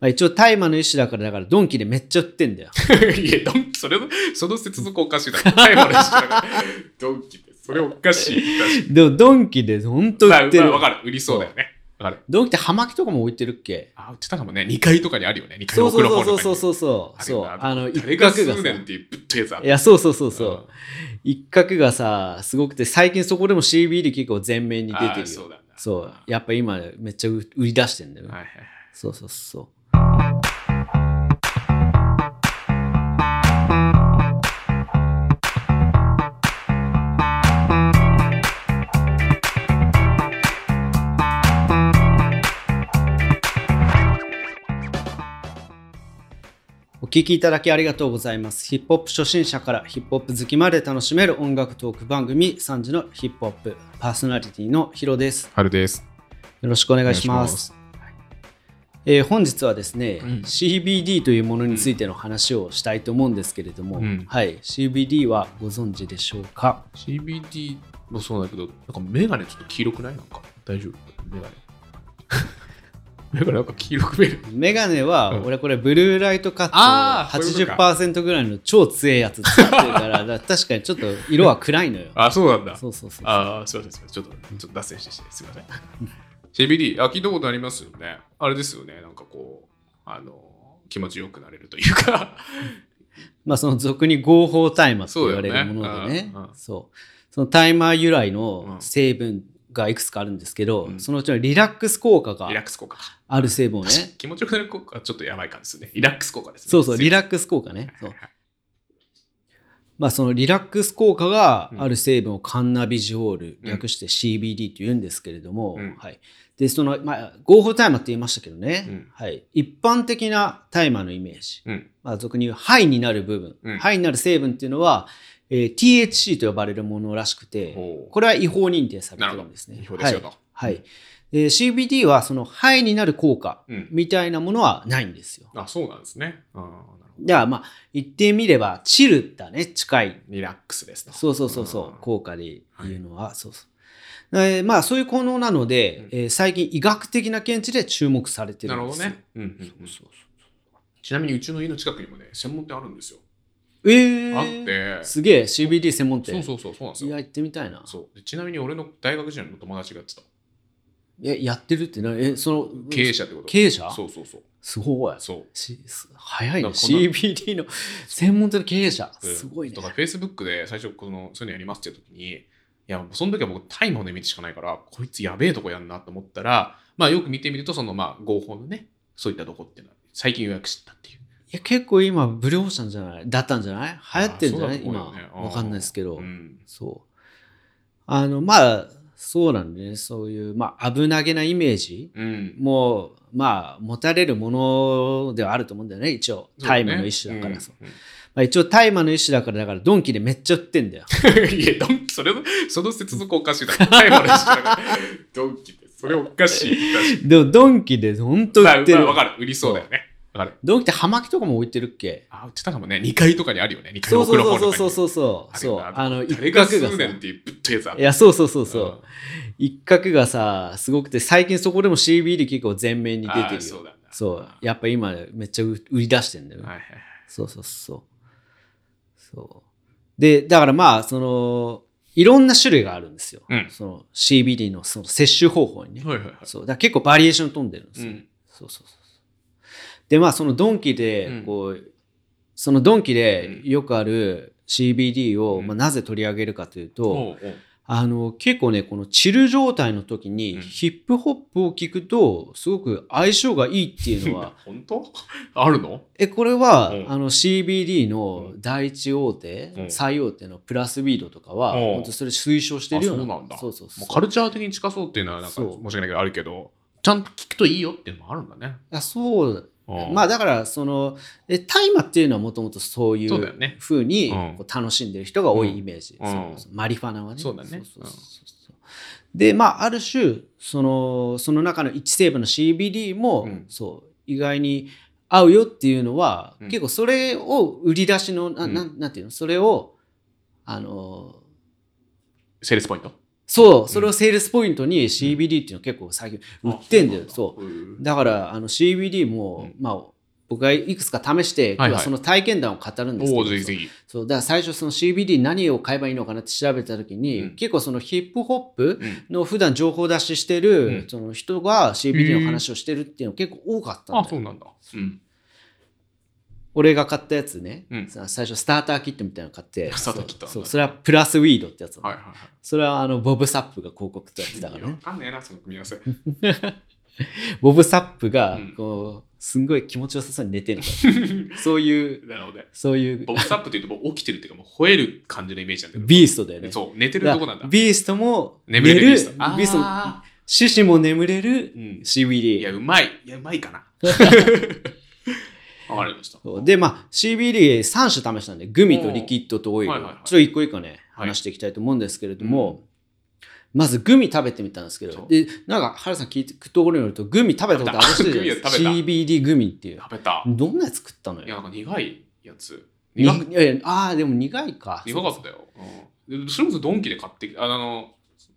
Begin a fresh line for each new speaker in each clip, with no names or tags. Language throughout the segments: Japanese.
まあ、一応大麻の一種だから、だからドンキでめっちゃ売ってんだよ。
いや、ドンキ、それの、その接続おかしいだろ。大麻の一種だからドンキって、それおかしい。確
でもドンキでほんと
かに
売って
まあ
る
まあ。わかる。売りそうだよね。わかる。
ドンキって葉巻とかも置いてるっけ
あ、売ってたかもね。2階とかにあるよね。2階
そ
の
うそ
奥の方
う
とか
そ
に。
うそうそうそう。そう
あれ
あの、一
誰
角
が
がさ。
数年っていうぶっとやつある
いや、そうそうそうそう。
うん
一角がさ、すごくて、最近そこでも CBD 結構全面に出て
あ
る
そう
よ。
なんだ
そう。やっぱ今、めっちゃ売売り出してんだよね。
はいはい
そうそうそう。お聞きいただきありがとうございます。ヒップホップ初心者からヒップホップ好きまで楽しめる音楽トーク番組3時のヒップホップパーソナリティのヒロです。
春です。
よろしくお願いし
お願
ま
いします
す。えー本日はですね、
うん
CBD というものについての話をしたいと思うんですけれども、
うん
はい、CBD はご存知でしょうか
CBD もそうだけど、なんかメガネちょっと黄色くないなんか大丈夫メガネ。 メガネなんか黄色く見える。
メガネ
う
は
ん
俺これブルーライトカッ
あ
ト
ー
を
そういうことか
80%ぐらいの超強いやつ 使ってるからだから確かにちょっと色は暗いのよ。
あ、そうなんだ。
そうそうそう
ああ、すいません、すいません。ちょっと、ちょっと脱線してして、すい ません。CBD、あ、聞いたことありますよね。あれですよね、なんかこう、あの、気持ちよくなれるという か。
まあその俗に合法大麻と言われるも
そうだ
の
よ
で
ね
ね
うんうん
そうその大麻由来
う
の
ん
成分がいくつかあるんですけど、
うん
そのうちのリラックス効果が
リラックス効果。
ある成分をね
気持ちよくなる効果はちょっとやばい感じですね。リラックス効果ですね。
そうそう、リ
ラッ
ラックス効果ね。そう。まあ、そのリラックス効果がある成分をカンナビジオール、
うん
略して CBD と言うんですけれども、
うん
はい。で、その、まあ、合法大麻って言いましたけどね、
うん
はい。一般的な大麻のイメージ、
うん。
まあ、俗に言う肺になる部分、
うん
肺になる成分っていうのは、えー THC と呼ばれるものらしくて、
ほう
これは違法認定されてるんですね。
違法ですよ
はい
と。
はいで CBD はその肺になる効果
うん。
みたいなものはないんですよ。
あ、そうなんですね。あーなるほど
じゃあまあ言ってみればチルだね近い
リラックスですと。
そうそうそうそう、
ん
効果で言うのは、そうそう、えーまあそういう効能なので、
うん
えー最近医学的な見地で注目されてる
な
ん
る
で
ほ
す
どね。うんうんうんちなみにうちの家の近くにもね、専門店あるんですよ。
えー、
あって、
すげえ CBD 専門店
そうそうそう、そうなんです
いや
よ。
行ってみたいな
そうでちなみに俺の大学時代の友達がやってた。
えやってるってなえその
経営者ってこと
経営者
そうそうそう。
すごい
そう。
しす早いね
だからこんな
CBD の専門店の経営者
うん
すごいね
だから Facebook で最初このそういうのやりますっていう時に、いや、その時は僕、タイマーのイメージしかないから、こいつやべえとこやんなと思ったら、まあよく見てみると、そのまあ合法のね、そういったとこっていうのは、最近予約したっていう。
いや結構今無料者じゃないだったんじゃない流行ってんじゃない、
あそうだと
今
思うよねうん
わかんないですけど、
うん。
そう。あの、まあ、そうなんでね、そういう、まあ、危なげなイメージ
うん。
も、まあ、持たれるものではあると思うんだよね、一応。大麻の一種だから
そ
そう
う。ねうん
まあ、一応、大麻の一種だから、だから、ドンキでめっちゃ売ってんだよ。
いや、ドンキ、それの、その接続おかしいだろ。大麻の一種だからドンキって、それおかし い。確
でも、ドンキで本当
か
売
に
って
まあ
る
わ、。かる。売りそうだよね。わかる。
ドンキって葉巻とかも置いてるっけ
あ、売ってたかもね。2階とかにあるよね。2階
そう
の
そ
奥
う
の方とか
そ
に
うそうそうそう。そう。
あ
あの、一
誰
角
が
がさ。
数年っていうぶっとやつあ
い
る
や、そうそうそうそう。
うん
一角がさ、すごくて、最近そこでも CBD 結構全面に出
あ
て
ー
るよ
そう。だな
そう。やっぱ今めっちゃ売売り出してんだよ、
はいはい
そうそうそう。そう。で、だからまあ、その、いろんな種類があるんですよ。
うん
その CBD のその摂取方法にね。
はいはいはい
そう。だから結構バリエーション飛んでるんです
う
よ。
ん
そうそうそうそう。で、まあ、そのドンキ
うん
で、こう、そのドンキで
うん
よくある CBD を、
うん
まあ、なぜ取り上げるかというと、
おうおう
あの結構ねこのチル状態の時
うん
にヒップホップを聞くとすごく相性がいいっていうのは
本当あるの
えこれは、
うん
あの CBD の第一大手、
うん
最大手のプラスビードとかは、
うん
本当それ推奨してるような
あそうなんだ
そうそうそ
も
う
うカルチャー的に近そうっていうのはなんか申
そ
し
う
訳ないけどあるけどちゃんと聞くといいよっていうのもあるんだね
あそうま
あ
あだからそのえ大麻っていうのはもともとそうい
そうだよね
うふうに
うん
こう楽しんでる人が多いイメージ、
うん
そうそうマリファナはね
そうだね
そうそうそうでまあある種そのその中の1成分の CBD も、
うん
そう意外に合うよっていうのは、
うん
結構それを売り出しのな
うん
なんなんていうのそれをあの
セールスポイント。
そう、それをセールスポイントに CBD っていうの結構最近売ってんだよ。そう
う
う。
ん
だから、あの CBD も、
う
まあ、僕がいくつか試して、今
はいは
日は
い
その体験談を語るんですけ
お
ど、
お、ぜひぜひ。
そうだから最初その CBD 何を買えばいいのかなって調べた時に、
うん
結構そのヒップホップ
うん
の普段情報出ししてる、
うん
その人が CBD の話をしてるっていうの結構多かったんだ
あ、
よ
そうなんだ。うん。
俺が買ったやつね、
うん
さ最初スターターキットみたいなの買って
スターターキット
そうそうそれはプラスウィードってやつ、
はいはいはい。
それはあのボブ・サップが広告とやってたから
わ
ね
かんねえな、その組み合わせ。
ボブ・サップが
うん
こうすんごい気持ちよさそうに寝てるから そういう
なるほどね。
そういう
ボブサップっていうと、もう起きてるっていうか、もう吠える感じのイメージなんだけど。
ビーストだよね
そう、寝てるとこなんだ。
ビーストも
眠れるビースト。あ
ビーストも
あ
獅子も眠れる
ー。うん。い
CBD
や、うまい。いや、うま いかな。わかりました。
そうで、まあ、CBD3 種試したんで、グミとリキッドとオイル、
おーはいはいはい
ちょっと一個一個ね、
はい
話していきたいと思うんですけれども、
う
まずグミ食べてみたんですけ
そ
ど、
う
で、なんか、原さん聞くところによると、グミ食べたことある人じゃないですか。
食べた
CBD グミっていう。
食べた。
どんなやつ食ったの
いや、
よ。
なんか苦いやつ。
にい
苦く
やいやああ、でも苦いか。
苦かったよ。うんでそれこそドンキで買ってきああの、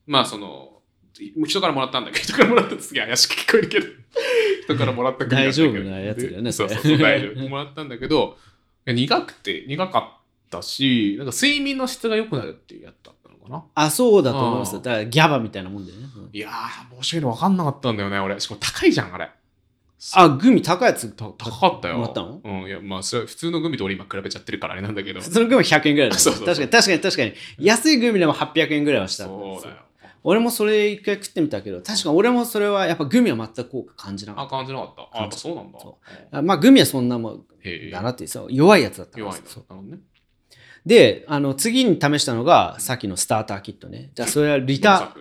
まあその、人からもらったんだけど、人からもらったってすげえ怪しく聞こえるけど、 人からもらった組だったん
大
だけど
丈夫なやつだよね
で
そ
そ
れ
うそうそう、大丈夫。もらったんだけど、いや苦くて、苦かったし、なんか睡眠の質が良くなるっていうやつだったのかな。
あ、そうだと思いますよ。
うん
だから、ギャバみたいなもんだよね。うん
いやー、申し訳ない。分かんなかったんだよね、俺。しかも高いじゃん、あれ。
あ、グミ高いやつ。
た高かったよ。
もらったの
うん、いや、まあ、それは普通のグミと俺今比べちゃってるからあれなんだけど。
普通のグミ100円ぐらいだ、ね、
そうそうそう
確かに、確かに、確かに。安いグミでも800円ぐらいはした。
そうだよ。
俺もそれ一回食ってみたけど確か俺もそれはやっぱグミは全く効果感じなか
あ、
っ
感じなかった。あ、やっぱそうなんだ。
そたあまあグミはそんなもん
へえ。
だなってそう弱いやつだったから
弱いんだ。
そう
なるほどね。
であの次に試したのがさっきのスターターキットねじゃあそれはリタ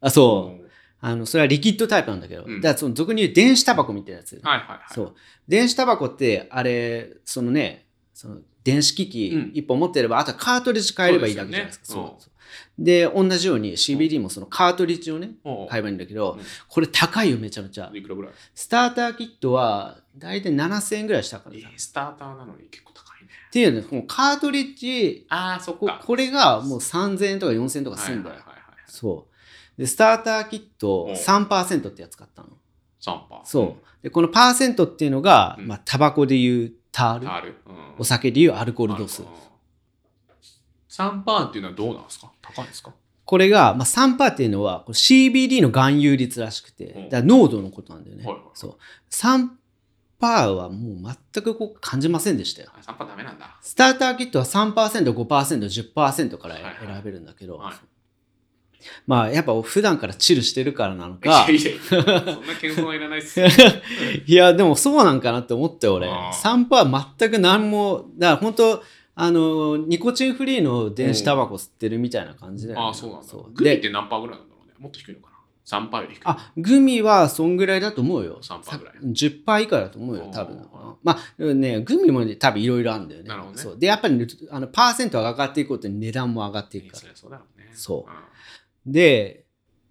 あそうあのそれはリキッドタイプなんだけど、
うん
だからその俗に言う電子タバコみたいなやつ、
はいはいはい。
そう電子タバコってあれそのねその電子機器
うん
一本持ってれば、あとはカートリッジ変えればいいだけじゃないですか
そうですよね
そうで同じように CBD もそのカートリッジをね
おう。
買えばいいんだけど、
うん
これ高いよめちゃめちゃ
いくらぐらい
スターターキットは大体7000円ぐらいしたから
え
さ。
ースターターなのに結構高いね。
っていうのは、このカートリッジ、
ああ、そっ
ここれがもう3000円とか4000円とかす
はい
ん
はい
だ
は
よ
いはい。。
そう。で、スターターキット
うん
3%ってやつ買ったの。
サンパ。
そう。で、このパーセントっていうのが、
うん
まあ、タバコでいうタ
う
ー
ん。
ル、
タール。うん
お酒でいうアルコール度数
あ。るうん3パーっていうのはどうなんですか高いんですか
これが、まあ、3%っていうのは、これ CBD の含有率らしくて
うん、
だから濃度のことなんだよね。
はいはい
そう。3%はもう全くこう感じませんでしたよ。
あ ?3 パーダメなんだ。
スターターキットは 3%5%10% から選べるんだけど、
はいはい
まあやっぱ普段からチルしてるからなの
いや
か
いやいや、そんな健康はいらないっすよ。
いやでもそうなんかなって思って俺
あー
3%は全く何もだから本当あのニコチンフリーの電子タバコ吸ってるみたいな感じだよね、
ああ、そうなんだ。グミっ
で
て何パーぐらいなんだろうね。もっと低いのかな。3パーより低い。
あグミはそんぐらいだと思うよ
3%ぐらい
10%以下だと思うよ多分
あー
まあねグミもね多分いろいろあるんだよね
なるほどね
そうでやっぱりあのパーセントが上がっていくことに値段も上がっていくから
そりゃそうだろうね。
そうんで、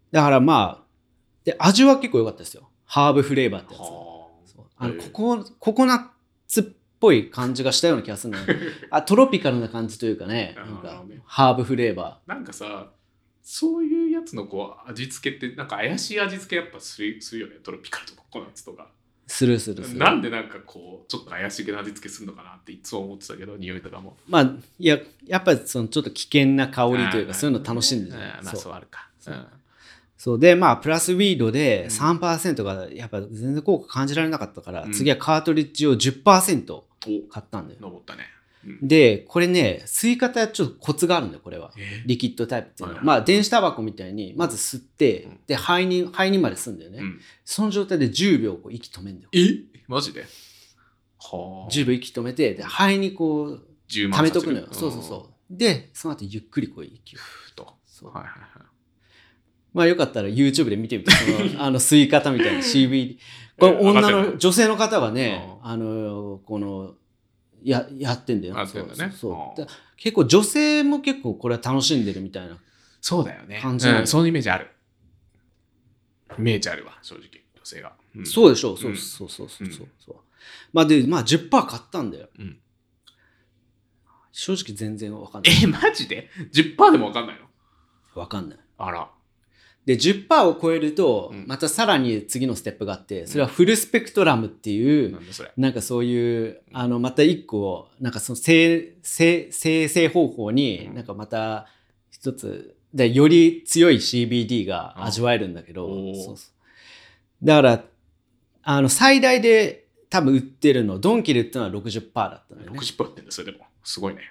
だからまあ、で味は結構良かったですよ。ハーブフレーバーってやつ。
はあ
そうあの
へえ
ココココナッツっぽい感じがしたような気がするんだ よねあトロピカルな感じというかね、なん
なる
か
ほどね
ハーブフレーバ
なんかさ、そういうやつのこう味付けって、なんか怪しい味付けやっぱするするよね、トロピカルとかココナッツとか。
ー、するするする。
なんでなんかこう、ちょっと怪しげな味付けするのかなっていつも思ってたけど、匂いとかも。
まあ、いや、やっぱりそのちょっと危険な香りという
あー
か、そういうの楽しんでるじゃ
あ
な
ー
い
まあ
そ
そううあるか。
そう
うん
そうで、まあ、プラスウィードで
うん
3%がやっぱ全然効果感じられなかったから、
うん
次はカートリッジを10%買ったんだよ
お、。登ったね。うん
で、これね、吸い方ちょっとコツがあるんだよ、これは。
えー
リキッドタイプっていうのは、
はい
ま
はい
あ、電子タバコみたいにまず吸って、
うん
で肺に肺にまで吸うんだよね、
うん
その状態で10秒こう息止めんだよ
えマジではあ。
10秒息止めてで肺にこう溜
10万
めとくのよそうそうそうでその後ゆっくりこう息を
ふっと。
そう、
はいはいはい。
まあよかったら YouTube で見てみて そのあの吸い方みたいな CBD これ
えー上が
女
って
の
る
女性の方がね
う
あのこのややってんだよ
やってんだね
そうそうそう
うん
だ結構女性も結構これは楽しんでるみたいな
そうだよね。
感じなの
うんそのイメージある。イメージあるわ、正直、女性が。うん
そうでしょう、そう
うん
そうそうそううんそうそう。まあで、まあ10%買ったんだよ。
うん
正直全然わかんない。
え、マジで ?10% でもわかんないの
わかんない。
あら。
で10%を超えると
うん
またさらに次のステップがあってそれはフルスペクトラムっていう、
なんだそれ。
なんかそういうあのまた一個なんかその生生生成方法に
うん
なんかまた一つでより強い CBD が味わえるんだけど、
うんおー
そうそうだからあの最大で多分売ってるのドンキで売ったのは60%だったのよねだか
60%ってんだ、それでも。すごいね。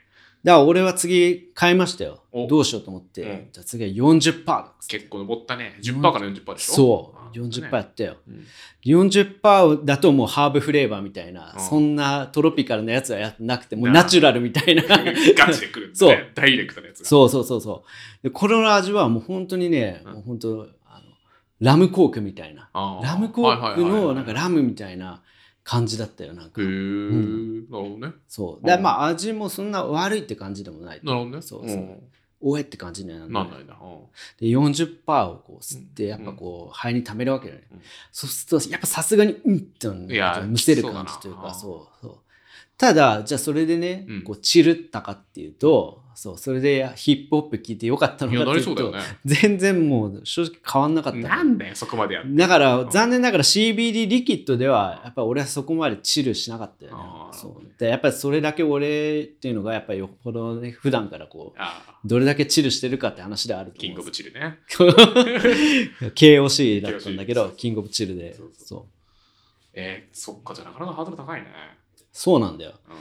ら俺は次買いましたよ
お
どうしようと思って、
うん
じゃあ次は40%だ
結構登ったね。10%から40%でしょ
そう40%や
ね
ったよ
うん
40%だともうハーブフレーバーみたいな、
うん
そんなトロピカルなやつはやってなくてもうナチュラルみたいな
ガチで来るんです
そう
ね。ダイレクトなやつが。
そうそうそうそうでこれの味はもう本当にね、
うん
もう本当あのラムコークみたいな
あー
ラムコークのなんか
はいはいはいはい
ラムみたいな感じだったよなんか、
へー
う
なるほどね。
そうで
うん
まあ味もそんな悪いって感じでもない
なるほどね。
そうそうおえって感じにはなん
ん
な
ないんないな。うん
で40%をこう吸って
うん
やっぱこう肺に溜めるわけだよね、
うん
そうするとやっぱさすがにうんって
いや
むせる感じという
そうだ
か
な
そうそうただじゃあそれでね、
うん
こうチルったかっていうとそうそれでヒップホップ聞いてよかったの
い
かっ
や、
て
ないり
うと
そうだよね。
全然もう正直変わんなかった
なんだよ、そこまでやって。
だから
うん
残念ながら CBD リキッドではやっぱ俺はそこまでチルしなかったよね
あー
そうでやっぱりそれだけ俺っていうのがやっぱりよっぽどね普段からこう
あ
どれだけチルしてるかって話ではある
ー
と
キン
思
グ
う
オブチル ね。
KOC だったんだけど、
KOC
キングオブチルで。そ
そううえー、そっか、じゃあなかなかハードル高いね。
そうなんだよ。
うん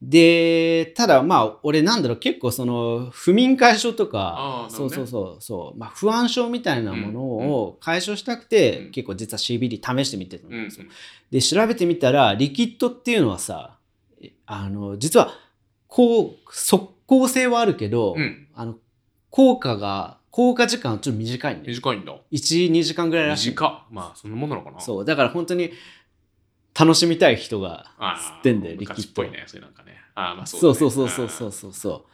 で、ただまあ、俺なんだろう、結構その、不眠解消とか
あ、ーなる
そ
ほ
う
どね
そうそう、そう、まあ、不安症みたいなものを解消したく
う
て、
ん
結構実は CBD 試してみてたん
うんう
で
ん
すよ。で、調べてみたら、リキッドっていうのはさ、えあの、実は、こう、即効性はあるけど
う、ん。
あの、効果が、効果時間はちょっと短いんだよ。
短いんだ。
1、2時間ぐらいらしい。
短っ。まあ、そんなもんなのかな。
そう、だから本当に楽しみたい人が
あー
吸ってんだよ、リキ
昔
ッ
っ
ド
ぽい。ね、それなんかね。あーまあ
そう
だ
そ
ね
うそうそうそう
あー
そうそ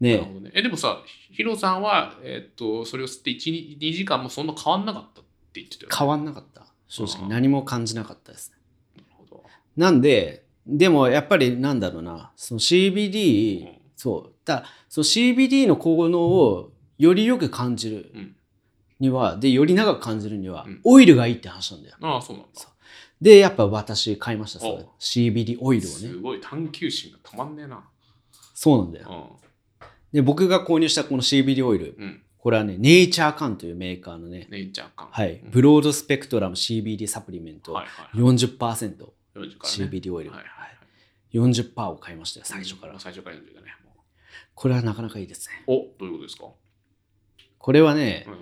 う。
なるほ
ね
どね。え、でもさ、ヒロさんは、えーっと、それを吸って1、2時間もそんな変わんなかったって言ってたよね。
変わんなかった。正直
あー
何も感じなかったですね。
なるほど。
なんで、でもやっぱりなんだろうな、その CBD、
うん
そう、だその CBD の効能をよりよく感じる
うん
には、で、より長く感じるには、
うん
オイルがいいって話なんだよ。
ああ、そうなんだ。
そうで、やっぱ私買いました、それ
お
CBD オイルを
す
ね。
ごい探求心がたまんねえな。
そうなんだよ。
う
で、僕が購入したこの CBD オイル、
ん。うん。
これはね、ネイチャーカンというメーカーのね、
ネイチャー感。
はい、
うん
ブロードスペクトラム CBD サプリメント、
はいはいはい。
40%、
40からね
CBD オイル、
はいはいはい。
40%を買いましたよ、最初から
もう。最初から40だね。も
これはなかなかいいですね。
うおどういうことですか、
これはね
う、ん、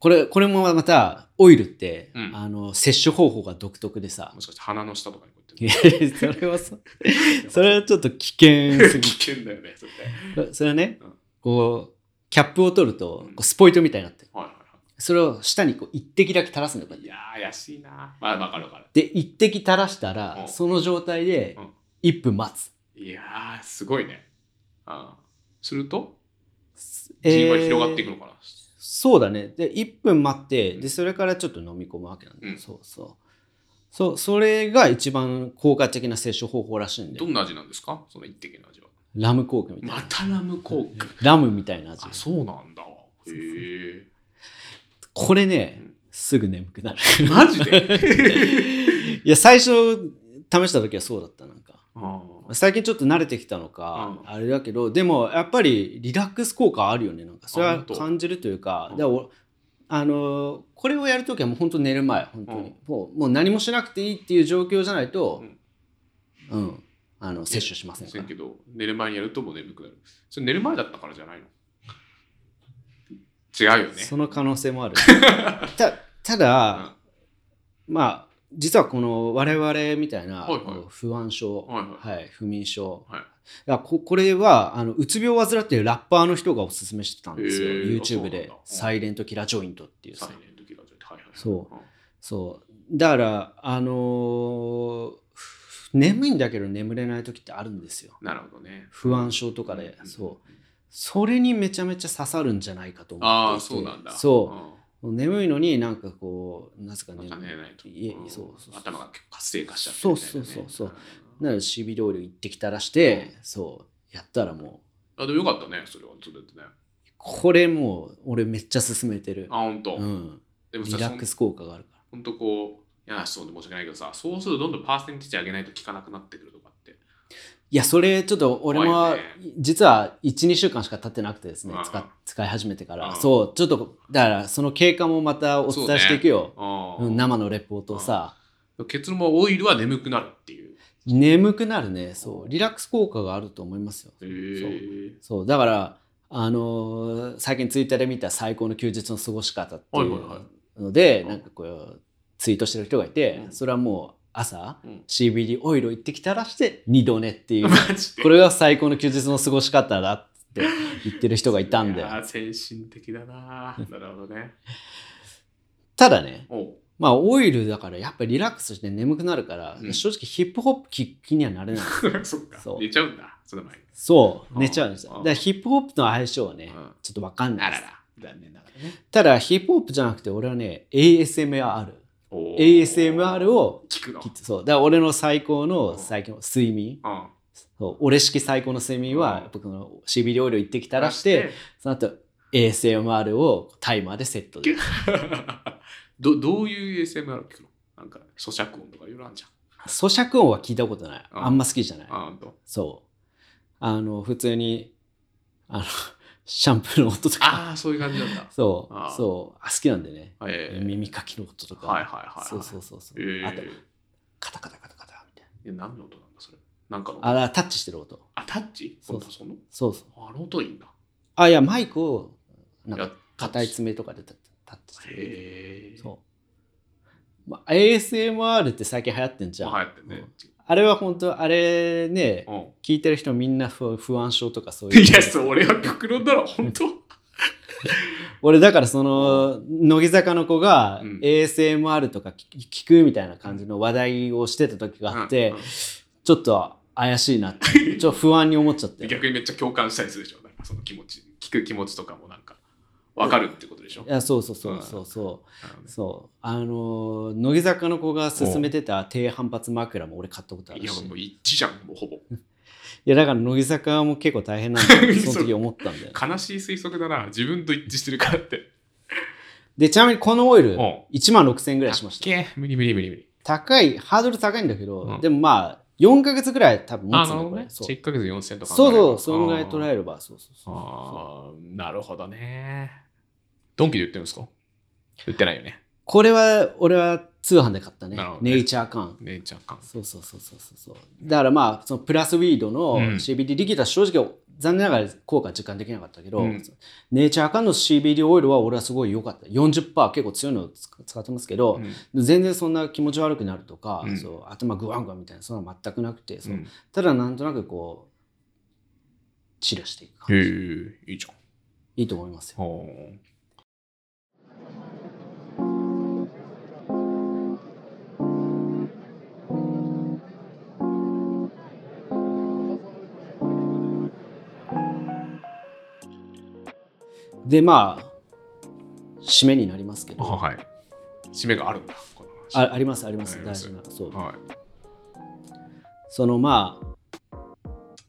これこれもまた、オイルって、
うん
あの摂取方法が独特でさ
も、しかして鼻の下とかにこう
い
や
や
っ
それはそ、
て。
それはちょっと危険す
危険だよね、それ。
ぎ。 それはね
うん、
こう、キャップを取ると
うん、
こうスポイトみたいになってる、
はいは
それを下にこう一滴だけ垂らすんだよ、こうやっ
い
て
はい。いやー、怪しいな。まあ、わかるわかる。
で、一滴垂らした
う
ら、
ん
その状態で
うん
1分待つ。
いやー、すごいね。あーすると、
え
じんわり
ー
広がっていくのかな。
そうだねで1分待って
うん
でそれからちょっと飲み込むわけなんだ、
うん
そうそうそうそれが一番効果的な摂取方法らしいんで
どんな味なんですかその一滴の味は。
ラムコークみたい
ま
な
たラムコーク。
ラムみたいな味
あ、そうなんだ。へえ。
これね
うん
すぐ眠くなる
マ ジで
いや最初試した時はそうだったなんか
あー
最近ちょっと慣れてきたのか、
うん
あれだけどでもやっぱりリラックス効果あるよねなんかそれ
あ
は
本当
感じるというか
うん
だからおあのーこれをやるときはもう本当寝る前本当に、もうもう何もしなくていいっていう状況じゃないと、うんあの摂取しませんか
せん
ら
けど、寝る前にやるともう眠くなる。それ寝る前だったからじゃないの違うよね。
その可能性もあ るたただ、まあ実はこの我々みたいな
はいはい
こう不安症、
はいはい
はい不眠症、
はい
だからここれはあのうつ病を患っているラッパーの人がおすすめしてたんですよ、
へーあそうな
YouTube
んだ
で
うん
「サイレントキラージョイント」っていうさ
サイレントキラーズはいはいはい。
そ
うん。
そうだからあのーふ眠いんだけど眠れない時ってあるんですよ
なるほどね。
不安症とかで、
うん
そうそれにめちゃめちゃ刺さるんじゃないかと思
あ
っ
あ、
ていて
そうなんだ。
そう眠いのになんかこうなぜか
うん。
眠
また寝
い
ないと。
いえ
ん
そうそうそう
頭が結構活性化しちゃってるみたいなね。。
そうそうそうそうんなのでシビロール行ってきたらして、そうやったらもう
あでもよかったね、それは。それでね。
これもう俺めっちゃ勧めてる
あ、、本当。
うん、
でも
リ
さ、
ラックス効果があるか
本当こう、いや、そうで申し訳ないけどさ、そうするとどんどんパーセンテージ上げないと効かなくなってくるとかって。
らいやそれちょっと俺も
怖いね
実は12週間しか経ってなくてですね
うん
使っ使い始めてか
う
ら
ん
そうちょっとだからその経過もまたお伝えしていくよ、
あ
うん、生のレポートをさ
あ。結論はオイルは眠くなるっていう。
眠くなるねそうリラックス効果があると思いますよ
へー
そうだからあのー最近ツイッターで見た最高の休日の過ごし方ってい
はいうはいは
ので
うん
なんかこうツイートしてる人がいて
うん
それはもう朝
うん
CBD オイルを一滴垂らして二度寝っていう
マジで。
これが最高の休日の過ごし方だって言ってる人がいたん
い
だ
や
よ
ー先進的だなー。なるほどね。
ただね
おう
まあオイルだからやっぱりリラックスして眠くなるから
うん
正直ヒップホップ聞く気にはなれない
そっか
そ。う
寝ちゃうんだ。その前に。
そう
うん
寝ちゃうんですよ
うん
だからヒップホップとの相性はね
うん
ちょっとわかんな
あ
いで
ら
す
ら。残念ながらね。
ただヒップホップじゃなくて俺はね ASMR
おー
ASMR を
聞くの。
きっとそうだから俺の最高の最近の睡眠
うん。
そう俺式最高の睡眠
う
は
ん
やっぱこのしびれオイル一滴垂らしてその後 ASMR をタイマーでセットで
垂らしてどどういう ASMR を聞くのなんか咀嚼音とかいろいろあるじ
咀嚼音は聞いたことない
うん
あんま好きじゃない
ゃん。あーほんと
そうあの普通にあの シャンプーの音とか
あー、そういう感じなんだ。
そう
あー
そうあ好きなんでね
えー
耳かきの音とか
はいはいはいはい。
そうそうそうそう
えー
あとカタカタカタカタみたい
いや何の音なんだそれなんかの
なあタッチしてる音
あタッチ
そ
そうう
そう
その
そうそう
あの音いいんだ。
あいやマイクをなん
い
か
や
硬い爪とかでタッタッチする
へえ。
そう、まあ、ASMR って最近流行ってんじゃん、
まあ流行ってんね。
あれは本当あれね
うん。
聞いてる人みんな不不安症とかそう いう
いや、そう俺は極論だろ、本当。
俺だからその乃木坂の子が
うん
ASMR とか聞聞くみたいな感じの話題をしてた時があって、
うんうん
ちょっと怪しいなって ちょっと不安に思っちゃってい
逆にめっちゃ共感したりするでしょ。なんかその気持ち、聞く気持ちとかもなんか、わかるってことでしょ。
やそうそうそうそうそう
なるほどね
そうあのー乃木坂の子が勧めてた低反発枕も俺買ったことあ
い
る
や、
し
もう一致じゃん、もうほぼ。
いやだから乃木坂も結構大変なんだ よ
そう
その時思ったんだよ
悲しい推測だな、自分と一致してるからって。
でちなみにこのオイル
うん
1万6000円ぐらいしました
け無理無理無理無理。
高いハードル高いんだけど、
うん
でもまあ4ヶ月ぐらい多分持
あ
つ
なる
の
ほ
こ
ど
れ
ね。
そう
1ヶ月4000とか。
そうそうそのぐらい捉
え
えればそうそうそう
ああ、なるほどね。ドンキで売ってるんですか売ってないよね。
これは俺は通販で買ったね
なるほどね
ネイチャー缶
ネイチャー感。
そうそうそうそうそうそうだからまあそのプラスウィードの
うん
CBD リキッドは正直残念ながら効果は実感できなかったけど、
うん
ネイチャー缶の CBD オイルは俺はすごい良かった40%結構強いのを使使ってますけど、
うん
全然そんな気持ち悪くなるとか、
うん
そう頭グワングワンみたいなそんなの全くなくて、そう
うん
ただなんとなくこうチルしていく
へ
感じ
え、いいじゃん。
いいと思いますよ
ほう
でまあ締めになりますけ
あ
ど
はい。締めがあるんだ。この話
あありますあります
あり
大
ます
事なそう
はい。
そのまあ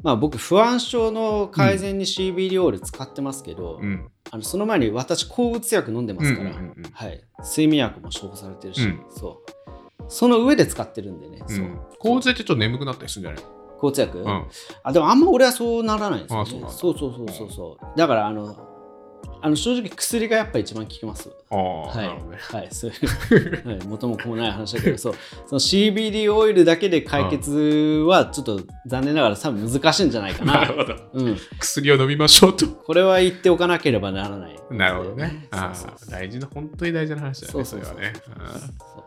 まあ僕不安症の改善に CBD オイル使ってますけど、
うん。
あのその前に私抗うつ薬飲んでますから、
うんうんうんうん
はい、睡眠薬も処方されてるし、
うん
そうその上で使ってるんでね、
う
そ
ん
う。
洪水ってちょっと眠くなったりするんじ
抗うつ薬、
ゃない
あでもあんま俺はそうならないですよ
あそう
ね
なんだ
そうそうそうそうそうだからあのあの正直薬がやっぱ一番効きます
うん。ああ、
はい
なるほどね。
はいそういう、はい、元も子もない話だけどそうその CBD オイルだけで解決はちょっと残念ながら多分難しいんじゃないか
な
な
るほど。
うん、
薬を飲みましょうと。
これは言っておかなければならない
なるほどね。
そう
あ
そう
あ、大事な、本当に大事な話だよ
そう
ね、
そ
そうれ
そう
はね。
そう
ああ
そう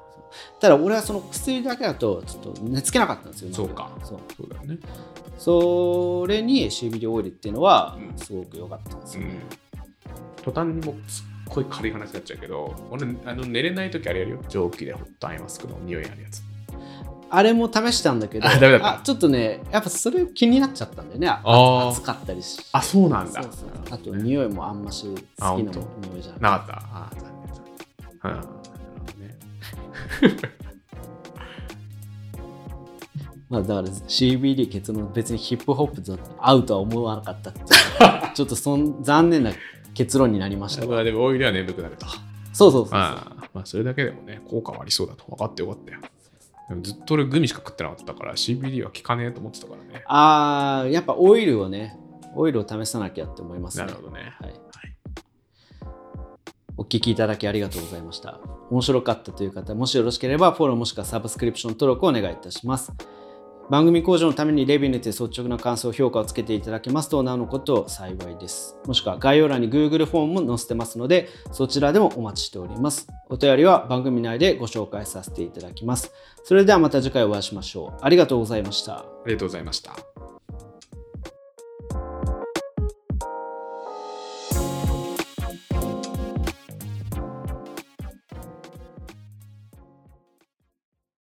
ただ俺はその薬だけだとちょっと寝つけなかったんですよ
そうか
そう
そうだよね。
それに CBD オイルっていうのは
うん
すごく良かったんです
う
よね、
ん途端にもうすっごい軽い話になっちゃうけど、俺、あの寝れないときあれやるよ。蒸気でホットアイマスクの匂いあるやつ。
あれも試したんだけど、
あダメだった
ちょっとね、やっぱそれ気になっちゃったんだよね。
あー
暑かったりし。
あ、そうなんだ。
そうそう
なる
あ
ほ
と
どね
匂いもあんまし
あ
好き
本
な
当
匂いじゃない。
なかった。あー、残念だ。うんなるほどね。
まあだから CBD 結論別にヒップホップと合うとは思わなかったっていうちょっとそん残念な結論になりました
ま
が
あでもオイルは眠くなると。
そうそうそうそう
ああまあそれだけでもね、効果はありそうだと分かってよかったよ。でもずっと俺グミしか食ってなかったから CBD は効かねえと思ってたからね。
あーやっぱオイルをねオイルを試さなきゃって思いますね
なるほどね。
はいお聞きいただきありがとうございました。面白かったという方、もしよろしければフォローもしくはサブスクリプション登録をお願いいたします。番組向上のためにレビューにて率直な感想、評価をつけていただけますと、なおのこと幸いです。もしくは概要欄に Google フォームも載せてますので、そちらでもお待ちしております。お便りは番組内でご紹介させていただきます。それではまた次回お会いしましょう。ありがとうございました。
ありがとうございました。